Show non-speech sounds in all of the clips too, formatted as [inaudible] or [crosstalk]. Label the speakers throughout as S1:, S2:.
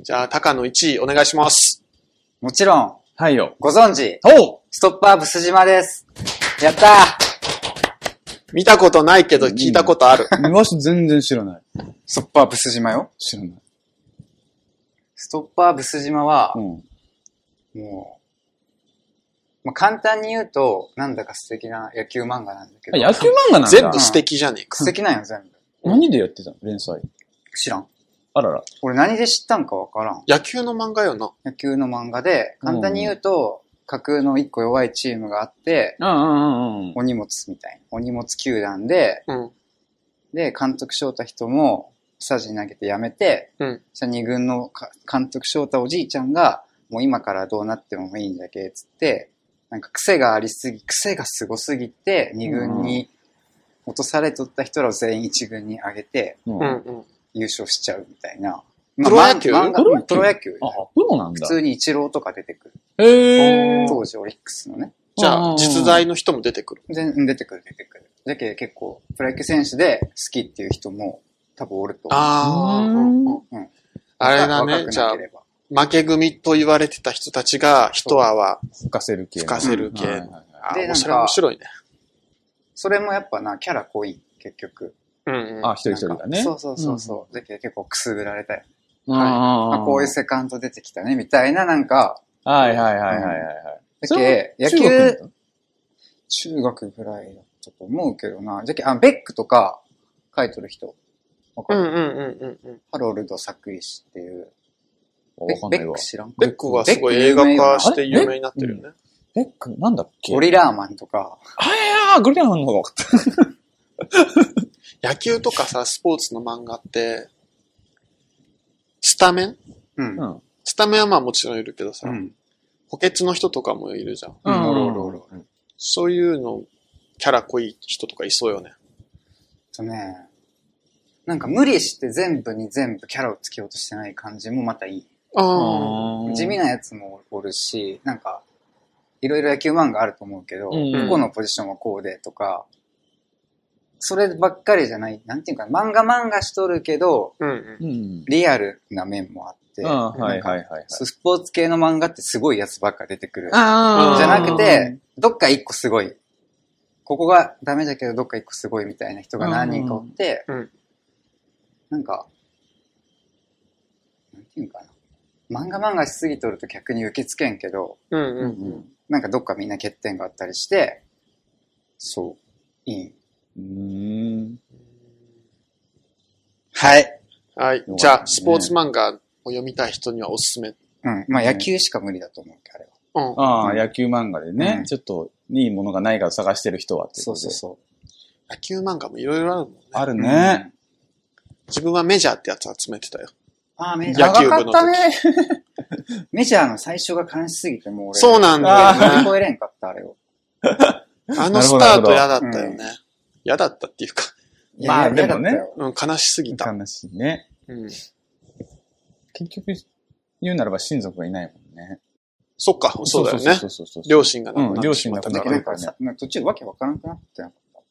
S1: じゃあ、タカの1位お願いします。
S2: もちろん、
S3: はいよ。
S2: ご存知、
S3: お
S2: ストップアップスジマです。やった
S1: 見たことないけど聞いたことある。
S3: [laughs] 見ました全然知らない。
S2: ーストップアップスジマよ。
S3: 知らない。
S2: ストップアップスジマは
S3: う、ん。
S2: もう、まあ、簡単に言うと、なんだか素敵な野球漫画なんだけ
S3: あ
S2: ど、
S3: 野球漫画なんだ。
S1: 全部素敵じゃねえか。
S2: 素敵なんよ、全部。
S3: 何でやってたの連載。
S2: 知らん。
S3: あらら。
S2: 俺何で知ったんかわからん。
S1: 野球の漫画よな。
S2: 野球の漫画で、簡単に言うと、架空の一個弱いチームがあって、
S3: うんうんうんうん。
S2: お荷物みたいな。お荷物球団で、
S1: うん。
S2: で、監督翔太人も、スタジに投げて辞めて、
S1: うん
S2: そしたら二軍のか監督翔太おじいちゃんが、もう今からどうなってもいいんだけ、つって、なんか癖がありすぎ、癖がすごすぎて、二軍に落とされとった人らを全員一軍に上げて、
S3: う
S1: うん
S3: ん。
S1: うん。
S2: 優勝しちゃうみたいな。
S1: プロ野球
S2: まあ漫画
S3: プロ野球
S2: プロ野球
S3: あ、。アプロなん
S2: 普
S3: だ。
S2: 通にイチローとか出てくる。
S3: へー。
S2: 当時オリックスのね。
S1: じ
S3: うんうん
S1: ゃ
S3: う
S1: あ、
S3: ん
S1: 実在の人も出てくる。
S2: 全然出てくる出てくる。だけど結構、プロ野球選手で好きっていう人も多分おると思う。
S1: あー。う
S3: う
S1: んん
S2: うん
S1: あれだね
S2: 若。く
S1: じゃ
S2: な
S1: あ
S2: け、れば
S1: 負け組と言われてた人たちが一泡
S3: 吹かせる系
S1: 吹
S3: の。
S1: かせる系。
S3: はいはいはい
S1: あ
S2: で
S1: ー、
S2: なんか
S1: それ面白いね。
S2: それもやっぱな、キャラ濃い、結局。
S1: うんうん。
S3: あ、一人一人がね。
S2: なんかそうそうそうそう。だけど結構くすぐられたよ。
S3: うんうんうん
S2: あ、こういうセカンド出てきたね、みたいな、なんか、
S3: はいはいはいはいはいはい。
S2: だけ野
S3: それ
S2: 球、
S3: は中国
S2: 中学ぐらいだったと思うけどな。じゃけ、あ、ベックとか書いとる人。わか
S1: うん
S2: る、
S1: うんうんうんうん。
S2: ハロルド作石っていう。
S3: わかん
S2: ベ
S3: ない
S2: ッ
S3: わ
S2: ク。知らん
S1: ベックはすごい映画化して有名になってるよね。
S3: ベック、なんだっけ
S2: ゴリラーマンとか。
S3: ああ、ゴリラマンの方が分かっ
S1: 野球とかさ、スポーツの漫画って、スタメン
S2: うん。
S3: た。うん。
S1: スタメンはまあもちろんいるけどさ、
S2: うん。
S1: 補欠の人とかもいるじゃん。
S2: うん
S3: うん
S2: おるおるおる
S3: うん
S1: そういうの、キャラ濃い人とかいそうよね。
S2: とね、なんか無理して全部に全部キャラをつけようとしてない感じもまたいい。
S1: ああ。
S2: 地味なやつもおるし、なんか、いろいろ野球漫画あると思うけど、
S3: うん
S1: うん
S2: ここのポジションはこうでとか、そればっかりじゃない、なんていうか、漫画漫画しとるけど、
S1: うんうん。
S3: うん。
S2: リアルな面もあって、
S3: ああ、はいはいはいはい。
S2: スポーツ系の漫画ってすごいやつばっか出てくる。
S3: あ
S1: ー
S2: じゃなくて、どっか一個すごい。ここがダメだけど、どっか一個すごいみたいな人が何人かおって、
S1: うんうん
S2: なんか、なんていうんかな。漫画漫画しすぎとると逆に受け付けんけど、
S1: うんう
S3: うんん
S1: うん。
S2: なんかどっかみんな欠点があったりして、そう、いい。
S3: うん。
S2: はい。
S1: はい。じゃあ、スポーツ漫画を読みたい人にはおすすめ。
S2: うん。まあ野球しか無理だと思うけど、あれは。
S1: うん。
S3: ああ、野球漫画で
S2: う
S3: ね
S2: ん、
S3: ちょっといいものがないから探してる人はってこと
S2: そう
S3: で
S2: そうそ
S1: 野球漫画もいろいろあるもんね。
S3: ある
S2: う。
S3: ね。
S2: うん。
S1: 自分はメジャーってやつ集めてた [laughs] よ。
S2: ああ、メジャー。
S1: 野球部の時
S2: 長かったね。 [laughs] メジャーの最初が悲しすぎて、もう俺。
S1: そうなん
S3: あ
S1: だよ
S2: 聞
S1: ね。
S2: こえれんかった、あれを。
S1: あのスタート嫌だったよね。嫌だったっていうか、
S2: いや
S3: まあ
S2: いや
S3: でもね
S2: 嫌だったよ
S1: うん、悲しすぎた。
S3: 悲しいね。
S1: うん。
S3: 結局、言うならば親族がいないもんね。
S1: そっか、そうだよね
S3: そ。うそうそうそう。
S1: 両親が亡くなってしまった
S3: だ
S1: か
S3: け
S2: な
S1: ら
S2: ん。かさ、なんか途中わけわからなくなってなかっ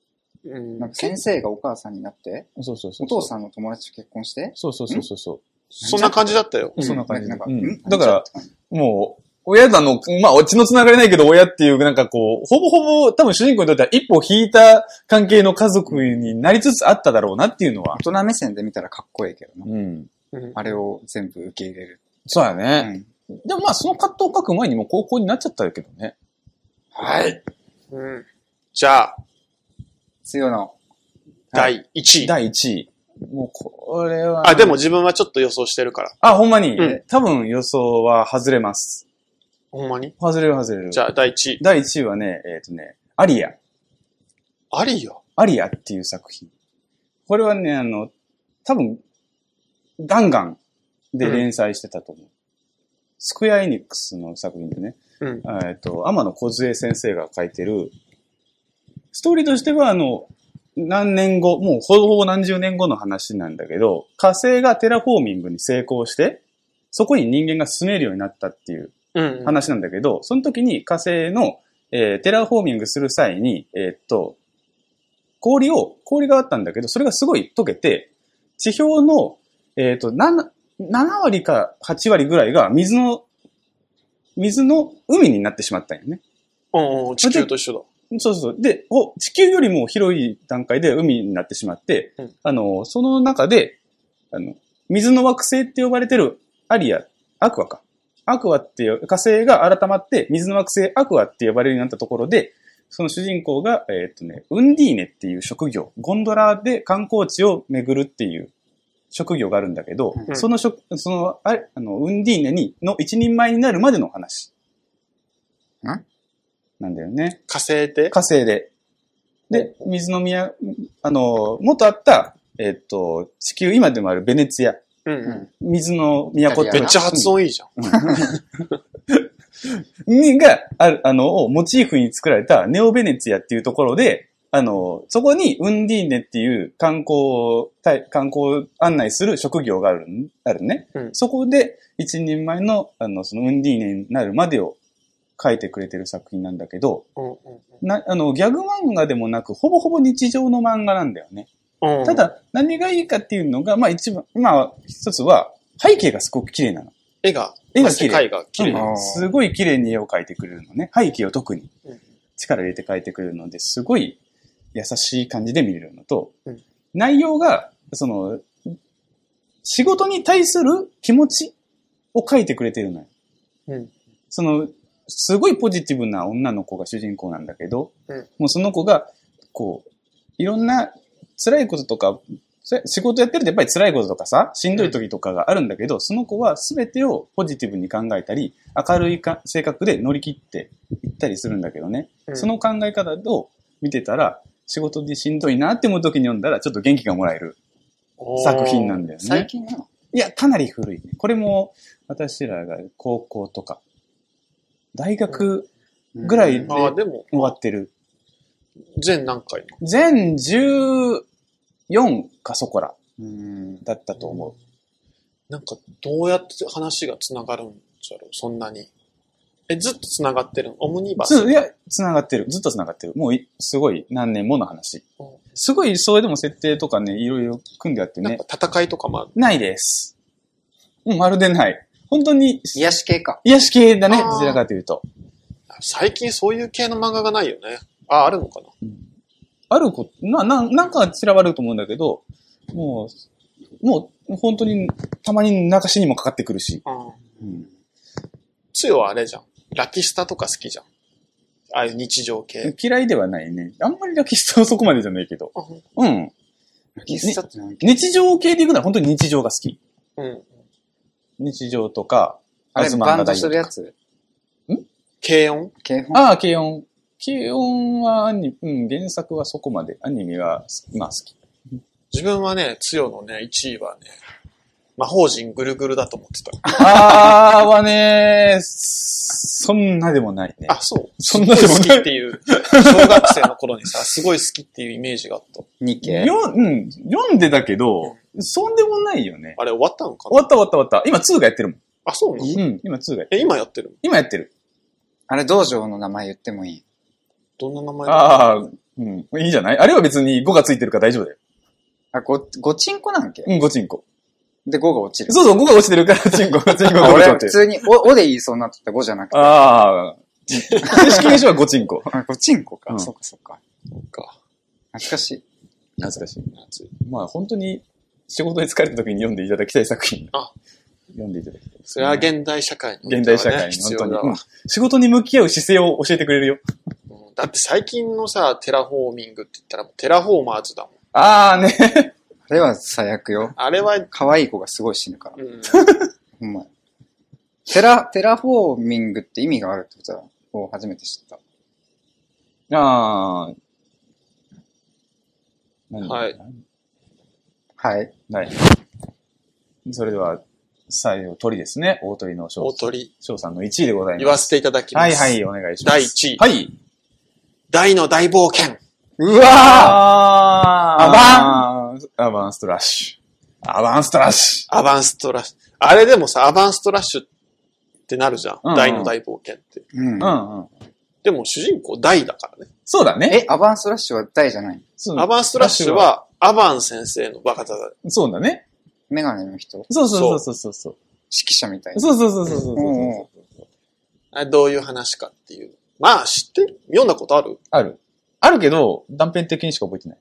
S1: うん
S2: た。なんか先生がお母さんになって、
S3: そうそうそう。
S2: お父さんの友達と結婚して、
S3: そうそうそうそうそう。
S1: そんな感じだったよ。
S3: そんな感じ
S2: なんか、
S3: うん
S2: ん
S3: だから、もう、親なの、まあ、血のつながりないけど親っていう、なんかこう、ほぼほぼ、多分主人公にとっては一歩引いた関係の家族になりつつあっただろうなっていうのは
S2: 大。人目線で見たらかっこいいけどな。
S3: うん。
S1: うん
S2: あれを全部受け入れる。
S3: そうだ
S2: う
S3: ね。
S2: ん。
S3: でもまあ、その葛藤を書く前にもう高校になっちゃったけどね。
S2: はい。
S1: うんじゃあ、
S2: つよの。
S1: 第1位。
S3: 第1位。もう、これは。
S1: あ、でも。自分はちょっと予想してるから。
S3: あ、ほんまに。
S1: うん
S3: 多分予想は外れます。
S1: ほんまに
S3: 外れる外れる。
S1: じゃあ、第1位。
S3: 第1位はね、えっ、とね、アリア。
S1: ありよ。
S3: アリアっていう作品。これはね、あの、多分、ガンガンで連載してたと思う。スクエアエニックスの作品でね、
S1: うん
S3: あえっと、天野梢恵先生が書いてる、ストーリーとしては、あの、何年後、もうほぼほぼ何十年後の話なんだけど、火星がテラフォーミングに成功して、そこに人間が住めるようになったっていう
S1: うん。
S3: 話なんだけど、その時に火星の、えーテラフォーミングする際に、えーっと、氷を、氷があったんだけど、それがすごい溶けて、地表の、えっ、と、7、7割か8割ぐらいが水の、水の海になってしまったんよね。
S1: うんうん、地球と一緒
S3: そうそうそう。で、お地球よりも広い段階で海になってしまって、
S1: うん
S3: あの、その中で、あの、水の惑星って呼ばれてるアリア、アクアか。アクアっていう火星が改まって、水の惑星アクアって呼ばれるようになったところで、その主人公が、えーっ、とね、ウンディーネっていう職業、ゴンドラで観光地を巡るっていう職業があるんだけど、
S1: うん
S3: その職、その、あれ、あの、ウンディーネに、の一人前になるまでの話。
S2: ん
S3: なんだよね。
S1: だ。火星って
S3: 火星で。で、水の宮、あの、元あった、えっと、地球、今でもあるベネツィア。
S1: うん
S2: う。
S1: うん
S3: 水の都っ
S2: イ
S1: ん。
S2: タ
S3: て
S2: リア
S1: めっちゃ発音いいじゃん。
S3: にが、ある、あの、をモチーフに作られたネオベネツィアっていうところで、あの、そこにウンディーネっていう観光、たい観光案内する職業があるん、あるね。
S1: うん
S3: そこで、一人前の、あの、そのウンディーネになるまでを書いてくれてる作品なんだけど、
S1: うんうん
S3: な、あの、ギャグ漫画でもなく、ほぼほぼ日常の漫画なんだよね。
S1: うんうん。
S3: ただ、何がいいかっていうのが、まあ一番、まあ一つは、背景がすごく綺麗なの。
S1: 絵が、
S3: 絵が
S1: まあ
S3: 綺
S1: 世
S3: 麗。
S1: 界が綺麗。
S2: うん
S3: すごい綺麗に絵を描いてくれるのね。背景を特に
S1: うん
S3: 力入れて描いてくれるので、すごい優しい感じで見れるのと
S1: うん、
S3: 内容が、その、仕事に対する気持ちを描いてくれてるのよ。
S1: うん
S3: その、すごいポジティブな女の子が主人公なんだけど、
S1: うん
S3: もうその子が、こう、いろんな辛いこととか、それ仕事やってるとやっぱり辛いこととかさ、しんどい時とかがあるんだけど、その子は全てをポジティブに考えたり、明るいか性格で乗り切っていったりするんだけどね。
S1: うん
S3: その考え方を見てたら、仕事でしんどいなって思う時に読んだら、ちょっと元気がもらえる作品なんだよね。
S2: 最近なの
S3: いや、かなり古いね。これも、私らが高校とか、大学ぐらい
S2: うん
S1: おーあー、でも、
S3: 終わってる。
S1: 全何回の
S3: 全14かそこら
S2: うん。
S3: だったと思う。
S1: なんか、どうやって話が繋がるんじゃろう、そんなに。え、ずっと繋がってるのオムニバス。
S3: ついや、繋がってる。ずっと繋がってる。もうい、すごい何年もの話
S1: うん。
S3: すごい、それでも設定とかね、いろいろ組んであって
S1: なん
S3: ね。
S1: か戦いとかもある。
S3: ないです。うんまるでない。本当に、
S2: 癒し系か。
S3: 癒し系だね。
S1: あー
S3: どちらかというと。
S1: 最近そういう系の漫画がないよね。あ、あるのかな
S3: あること、な、な、なんか散らばると思うんだけど、もう、もう、本当に、たまに中しにもかかってくるし。
S1: ああ。
S3: うん。
S1: つよはあれじゃん。ラキスタとか好きじゃん。ああいう日常系。
S3: 嫌いではないね。あんまりラキスタはそこまでじゃないけど。
S1: あほん
S3: うん。
S2: 喫茶ってなんか
S3: 日常系でいくなら本当に日常が好き。
S1: うん。
S3: 日常とか、
S2: あれ、
S3: 東
S2: バンド
S3: 太陽
S2: するやつ
S1: 軽音
S2: 軽本
S3: ああ、軽音。軽音はアニ、うん、原作はそこまで。アニメは、まあ好き。
S1: 自分はね、つよのね、1位はね、魔法陣ぐるぐるだと思ってた。
S3: ああはね、そんなでもないね。
S1: あ、そう。
S3: そんなでもない
S1: すごい好きっていう、小学生の頃に
S3: [laughs]
S1: さ、すごい好きっていうイメージがあった。
S2: 日系
S3: よ、うん、読んでたけど、そんでもないよね。
S1: あれ終わったのか
S3: 終わ
S1: な
S3: った終わった終わった。今2がやってるもん。
S1: あ、そうなの
S3: うん、今2が。
S1: え、今やってるの
S3: 今やってる。
S2: あれ、道場の名前言ってもいい
S1: どんな名前だ
S3: ああ、うん。いいじゃないあれは別に5がついてるから大丈夫だよ。
S2: あ、ご、ごちんこなんけ
S3: うん、5チンコ。
S2: で、5が落ちる。
S3: そうそう、5が落ちてるから、チンコ、チンコ
S2: あ
S3: が落
S2: [laughs] 俺、
S3: ち
S2: 普
S3: てる。
S2: 通に、お、おで言いそうになってた5じゃなくて。
S3: ああ。正式名称は5チンコ。
S2: あ、ごちんこか。
S3: うん
S2: そっかそっか。
S1: ろうか。
S2: 懐かしい。
S3: 懐かしい。
S1: 夏
S3: まあ本当に仕事で疲れた時に読んでいただきたい作品。
S1: あ
S3: 読んでいただきたい。
S1: それは現代社会の、
S3: 現代社会に
S1: 必要
S3: 本当に
S1: だ、
S3: う
S1: わ
S3: ん、仕事に向き合う姿勢を教えてくれるよ。
S1: うんだって最近のさ、テラフォーミングって言ったらもうテラフォーマーズだもん。
S3: ああね。
S2: あれは最悪よ。
S1: あれは、うん。
S2: 可愛い子がすごい死ぬから。ほんまや。テラ、テラフォーミングって意味があるってことだ。を初めて知った。
S3: ああ。
S1: はい。
S2: はい。
S3: はい。それでは、最後、鳥ですね。大鳥の翔
S1: 大鳥、
S3: 翔さんの1位でござい
S1: 言
S3: ま
S1: わ
S3: す。
S1: せていただきま
S3: はい
S1: す。
S3: はい、お願いします。
S1: 第一位
S3: はい。
S1: 大の大冒険。
S2: うわ
S3: あ
S2: ー
S3: ンアバンストラッシュ。アバンストラッシ
S1: アバンストラッシュ。あれでもさ、アバンストラッシュってなるじゃん。
S3: うんうん
S1: 大の大冒険って。
S2: ーうん
S3: ュ。う。んうん。
S1: でも主人公大だからね。
S3: そうだね。
S2: え、アバンスラッシュは大じゃない
S3: そう
S1: アバンストラッシュは、アバン先生のバカだ。
S3: そうだね。
S2: メガネの人指
S3: そうそうそうそうそう。
S2: 揮者み
S3: [laughs]
S2: たいな。
S3: そうそうそうそうそうそう
S2: うんうん
S3: そう。
S1: あれどういう話かっていう。まあ、知ってる読んだことある
S3: ある。あるけど、断片的にしか覚えてない。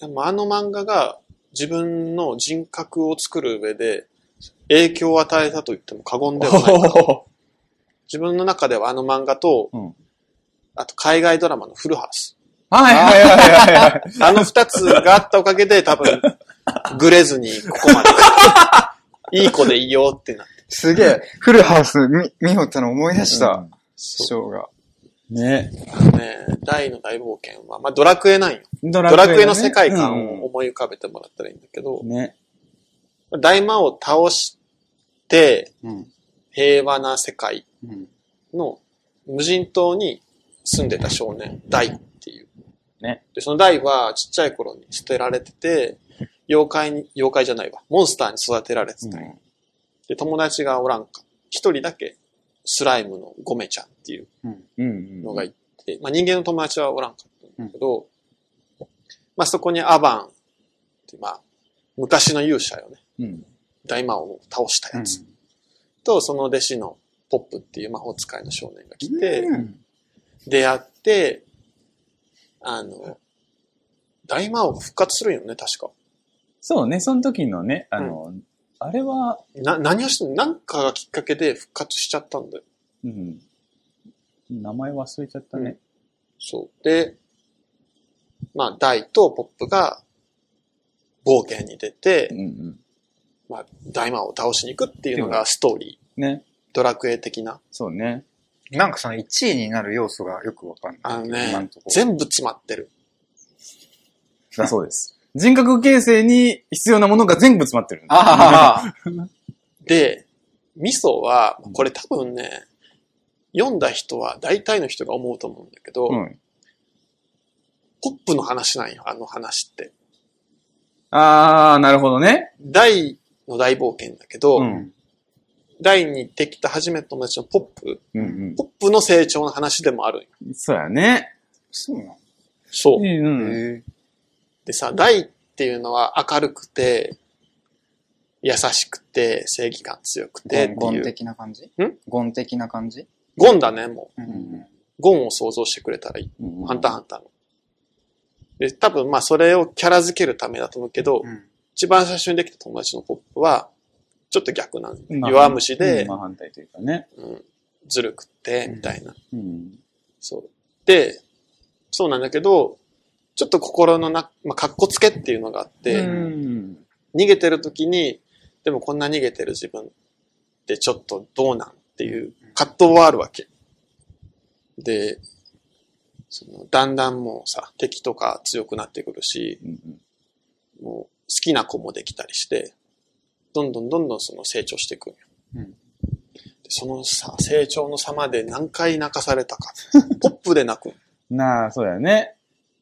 S1: でもあの漫画が自分の人格を作る上で影響を与えたと言っても過言ではない。
S3: [laughs]
S1: 自分の中ではあの漫画と、
S3: うん
S1: あと海外ドラマのフルハウス。
S3: はいはいはいはいはい。
S1: あの二つがあったおかげで多分、グレずにここま [laughs] で。いい子でいいよってなって。
S2: すげえ、フルハウス見、見よったの思い出した、師
S1: そ
S2: 匠が。
S3: うん。ね。
S1: うね。大の大冒険は、まあドラクエなんよ。ド
S3: ド
S1: ラクエの世界観を
S3: を。
S1: 思い浮かべてもらったらいいんだけど、
S3: ね。
S1: 大魔王を倒して
S2: うん。
S1: 平和な世界
S2: うん。
S1: の無人島に住んでた少年、ダイっていう。
S3: ね。
S1: で、そのダイはちっちゃい頃に捨てられてて、妖怪に、妖怪じゃないわ、モンスターに育てられてたんよ、で、友達がおらんか。一人だけスライムのゴメちゃんっていう
S3: うんうん。
S1: のがいて、まあ人間の友達はおらんかったんだけど、まあそこにアバンって、まあ昔の勇者よね。
S3: うん。
S1: 大魔王を倒したやつ、と、その弟子のポップっていう魔法使いの少年が来て、
S2: うん
S1: 出会って、あの、大魔王が復活するんよね、確か。
S3: そうね、その時のね、あの、あれは、
S1: な、何をしてんなんかがきっかけで復活しちゃったんだよ。
S3: うん。名前忘れちゃったね。
S1: そう。で、まあ、大とポップが冒険に出
S3: う
S1: て
S3: ん、うん。
S1: まあ、大魔王を倒しに行くっていうのがストーリー。
S3: ね。
S1: ドラクエ的な。
S3: そうね。
S2: なんかその1位になる要素がよくわかんない。
S1: あの
S2: 今の
S1: ね
S2: とこ、ろ
S1: 全部詰まってる。
S3: だそうです。人格形成に必要なものが全部詰まってる。
S2: あ
S1: で、味噌は、これ多分ね、読んだ人は大体の人が思うと思うんだけど、
S3: うん。
S1: ポップの話なんよ、あの話って。
S3: あー、なるほどね。
S1: 大の大冒険だけど、
S3: うん。
S1: 大にできた初めての友達のポップ、
S3: うん
S1: ポップの成長の話でもあるんよ。
S3: うん。そうやね。
S2: そうなの
S1: そうう。
S3: ん。
S2: へえ
S1: でさ、大っていうのは明るくて、優しくて、正義感強くてって
S2: ゴン
S1: い
S2: ゴン
S1: う。
S2: 的な感じ
S1: ん
S2: ゴン的な感じ
S1: ゴンだね、もう。
S2: うん。
S1: ゴンを想像してくれたらいい。
S3: うん
S1: ハンターハンターの。で、多分まあそれをキャラ付けるためだと思うけど、
S2: うん
S1: 一番最初にできた友達のポップは、ちょっと逆なんよ
S3: まあ
S1: 弱虫で
S3: うんま、あ反対というかね。
S1: うんずるくて、みたいな。
S3: うん。
S1: そう。で、そうなんだけど、ちょっと心のな、まあ、かっこつけっていうのがあって、
S3: うん
S1: 逃げてる時に、でもこんな逃げてる自分ってちょっとどうなんっていう葛藤はあるわけ。で、その、だんだんもうさ、敵とか強くなってくるし、
S3: うん
S1: もう好きな子もできたりして、どんどんどんどんその成長していくんよ。
S2: うん
S1: でそのさ、成長の差まで何回泣かされたか。ポップで泣くん
S3: なあ、そうだよね。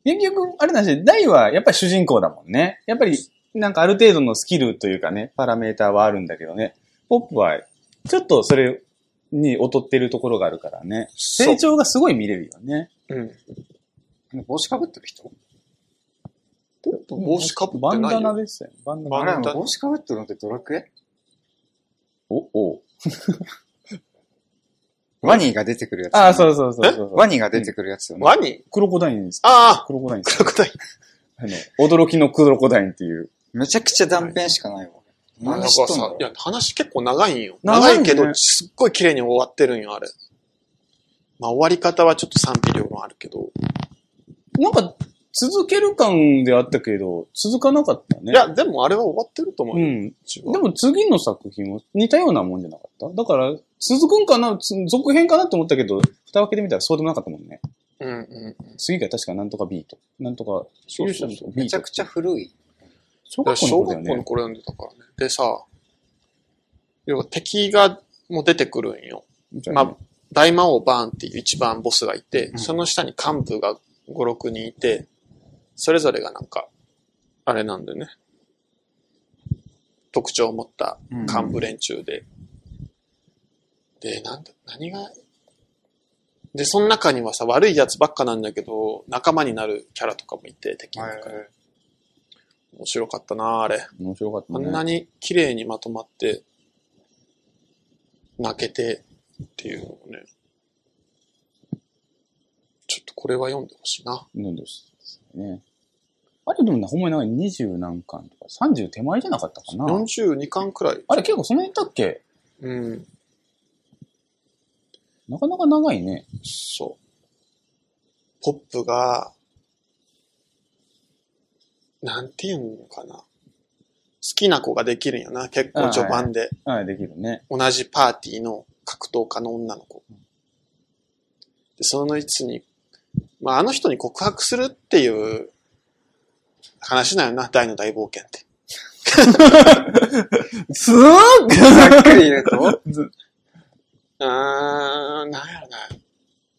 S3: 結局、あれだし、大はやっぱり主人公だもんね。やっぱり、なんかある程度のスキルというかね、パラメーターはあるんだけどね。ポップは、ちょっとそれに劣ってるところがあるからね。
S1: そう
S3: 成長がすごい見れるよね。
S1: うん。
S2: 帽子かぶってる人
S1: ポップ帽子かぶっ
S3: バ
S1: て
S3: ン
S1: な
S3: ダ
S1: い
S3: ナ
S1: よ。
S3: でしたよ。バンダ
S1: あ
S2: あ
S3: ナ。
S1: れ
S2: れ、帽子かぶってるのってドラクエ
S3: お、お。
S2: ワニが出てくるやつ。。
S3: ああ、そううそうそうそう。
S2: ワニが出てくるやつよね。
S1: ワニ
S3: クロコダインです。
S1: ああ
S3: クロコダインです。
S1: ク [laughs] ロコダイ
S3: [laughs] あの、驚きのクロコダインっていう。
S2: めちゃくちゃ断片しかない
S1: ン。
S2: わ。何しとん
S1: な
S2: だ
S1: んかさ
S2: ろ
S1: いや、話結構長いんよ。
S3: 長
S1: 長
S3: いね
S1: いけど、すっごい綺麗に終わってるんよ、あれ。まあ、終わり方はちょっと賛否両論あるけど。
S3: なんか、続ける感であったけど、続かなかったね。
S1: いや、でもあれは終わってると思
S3: う
S1: うよ。
S3: ん。
S1: 一応
S3: でも次の作品も似たようなもんじゃなかっただから、続くんかなつ続編かなと思ったけど、蓋を開けてみたらそうでもなかったもんね。
S1: うんうんうん。
S3: 次が確かなんとか B と。なんとか、
S1: そうそうそう
S2: めちゃくちゃ古い。
S3: 小
S1: だから
S3: 学
S1: 小
S3: 校の頃
S1: 学
S3: だ
S1: 校の
S3: よね。
S1: 頃読んでたからね。でさ、要は敵が、もう出てくるんよ。まあ、大魔王バーンっていう一番ボスがいて、
S2: ん
S1: その下に幹部が5、6人いて、それぞれがなんか、あれなんだよね。特徴を持った幹部連中で。で、なんだ、何が、で、その中にはさ、悪いやつばっかなんだけど、仲間になるキャラとかもいて、敵の中に。面白かったな、あれ。
S3: 面白かった
S1: あ
S3: ね。
S1: んなに綺麗にまとまって、泣けてっていうのもね。ちょっとこれは読んでほしいな。
S3: なんですね。あれでもね、ほんまになんか20何巻とか、30手前じゃなかったかな。
S1: 42巻くらい。
S3: あれ結構その辺だっけ
S1: うん。
S3: なかなか長いね。
S1: そう。ポップが、なんていうのかな。好きな子ができるんやな。結構序盤で。
S3: はい、できるね。
S1: 同じパーティーの格闘家の女の子。で、その一に、まあ、あの人に告白するっていう話なよな。大の大冒険って。
S3: すー
S2: ざっくり言うと
S1: うーん、なんやろな。い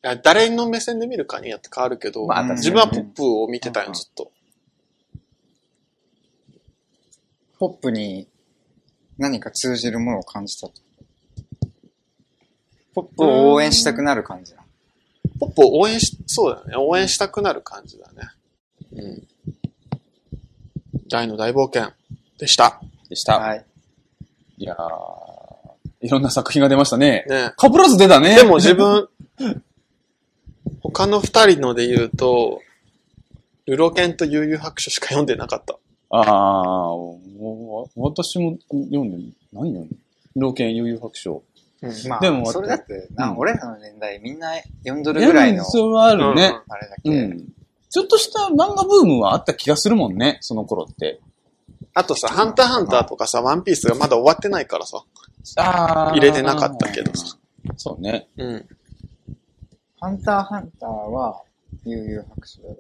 S1: や誰の目線で見るかによって変わるけど、
S3: まあ
S1: 自分はポ
S2: 確か
S1: ッ
S2: にね
S1: プを見てたんよ、ずっと。
S2: ポップに何か通じるものを感じたと。ポップを応援したくなる感じだ。
S1: ポップを応援し、そうだね。応援したくなる感じだね。うん。大の大冒険でした。
S3: でした。い、
S2: はい。
S3: やー、いろんな作品が出ましたね。
S1: ね。
S3: かぶらず出たね。
S1: でも自分、 [laughs] 他の二人ので言うと、ルロケンと悠々白書しか読んでなかった。
S3: ああ、もう私も読んで、何読んで老犬悠々白書。
S2: まあ、
S3: でも
S2: それだって、
S3: う
S2: なん俺らの年代みんな読んどるぐらいの、
S3: それはあるね。
S2: あれだけ
S3: う
S2: ど、
S3: ん。ちょっとした漫画ブームはあった気がするもんね、その頃って。
S1: あとさ、ハンターハンターとかさ、ワンピースがまだ終わってないからさ。
S3: あ
S1: 入れてなかったけどさ。
S3: そうね。
S1: うん。
S2: ハンターハンターは、悠々白書だろ。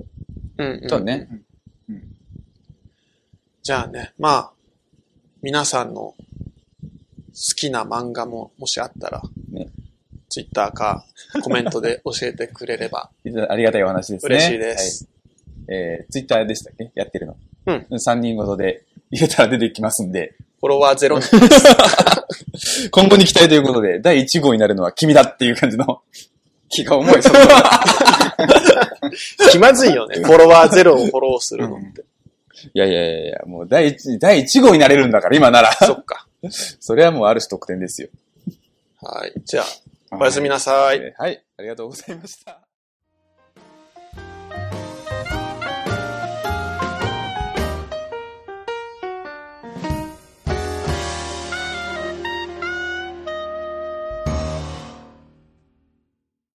S1: うん、うん。
S3: そう。ね。
S1: じゃあね、まあ、皆さんの好きな漫画も、もしあったら、
S3: ね
S1: ツイッターかコメントで教えてくれれば
S3: [laughs] ありがたいお話ですね。
S1: 嬉しいです。
S3: はい。えー、ツイッターでしたっけやってるの。
S1: うん。
S3: 3人ごとで入れたら出てきますんで、
S1: フォロワーゼロ人。
S3: 今後に期待ということで、第1号になるのは君だっていう感じの。 [laughs]
S2: 気が重い、そこ
S1: 気まずいよね。フォロワーゼロをフォローするのって。
S3: いやいやいやいや、もう第1、第1号になれるんだから、今なら。
S1: そっか。
S3: [laughs] それはもうある種特典ですよ。
S1: はい。じゃあ、おやすみなさい。
S3: はい。ありがとうございました。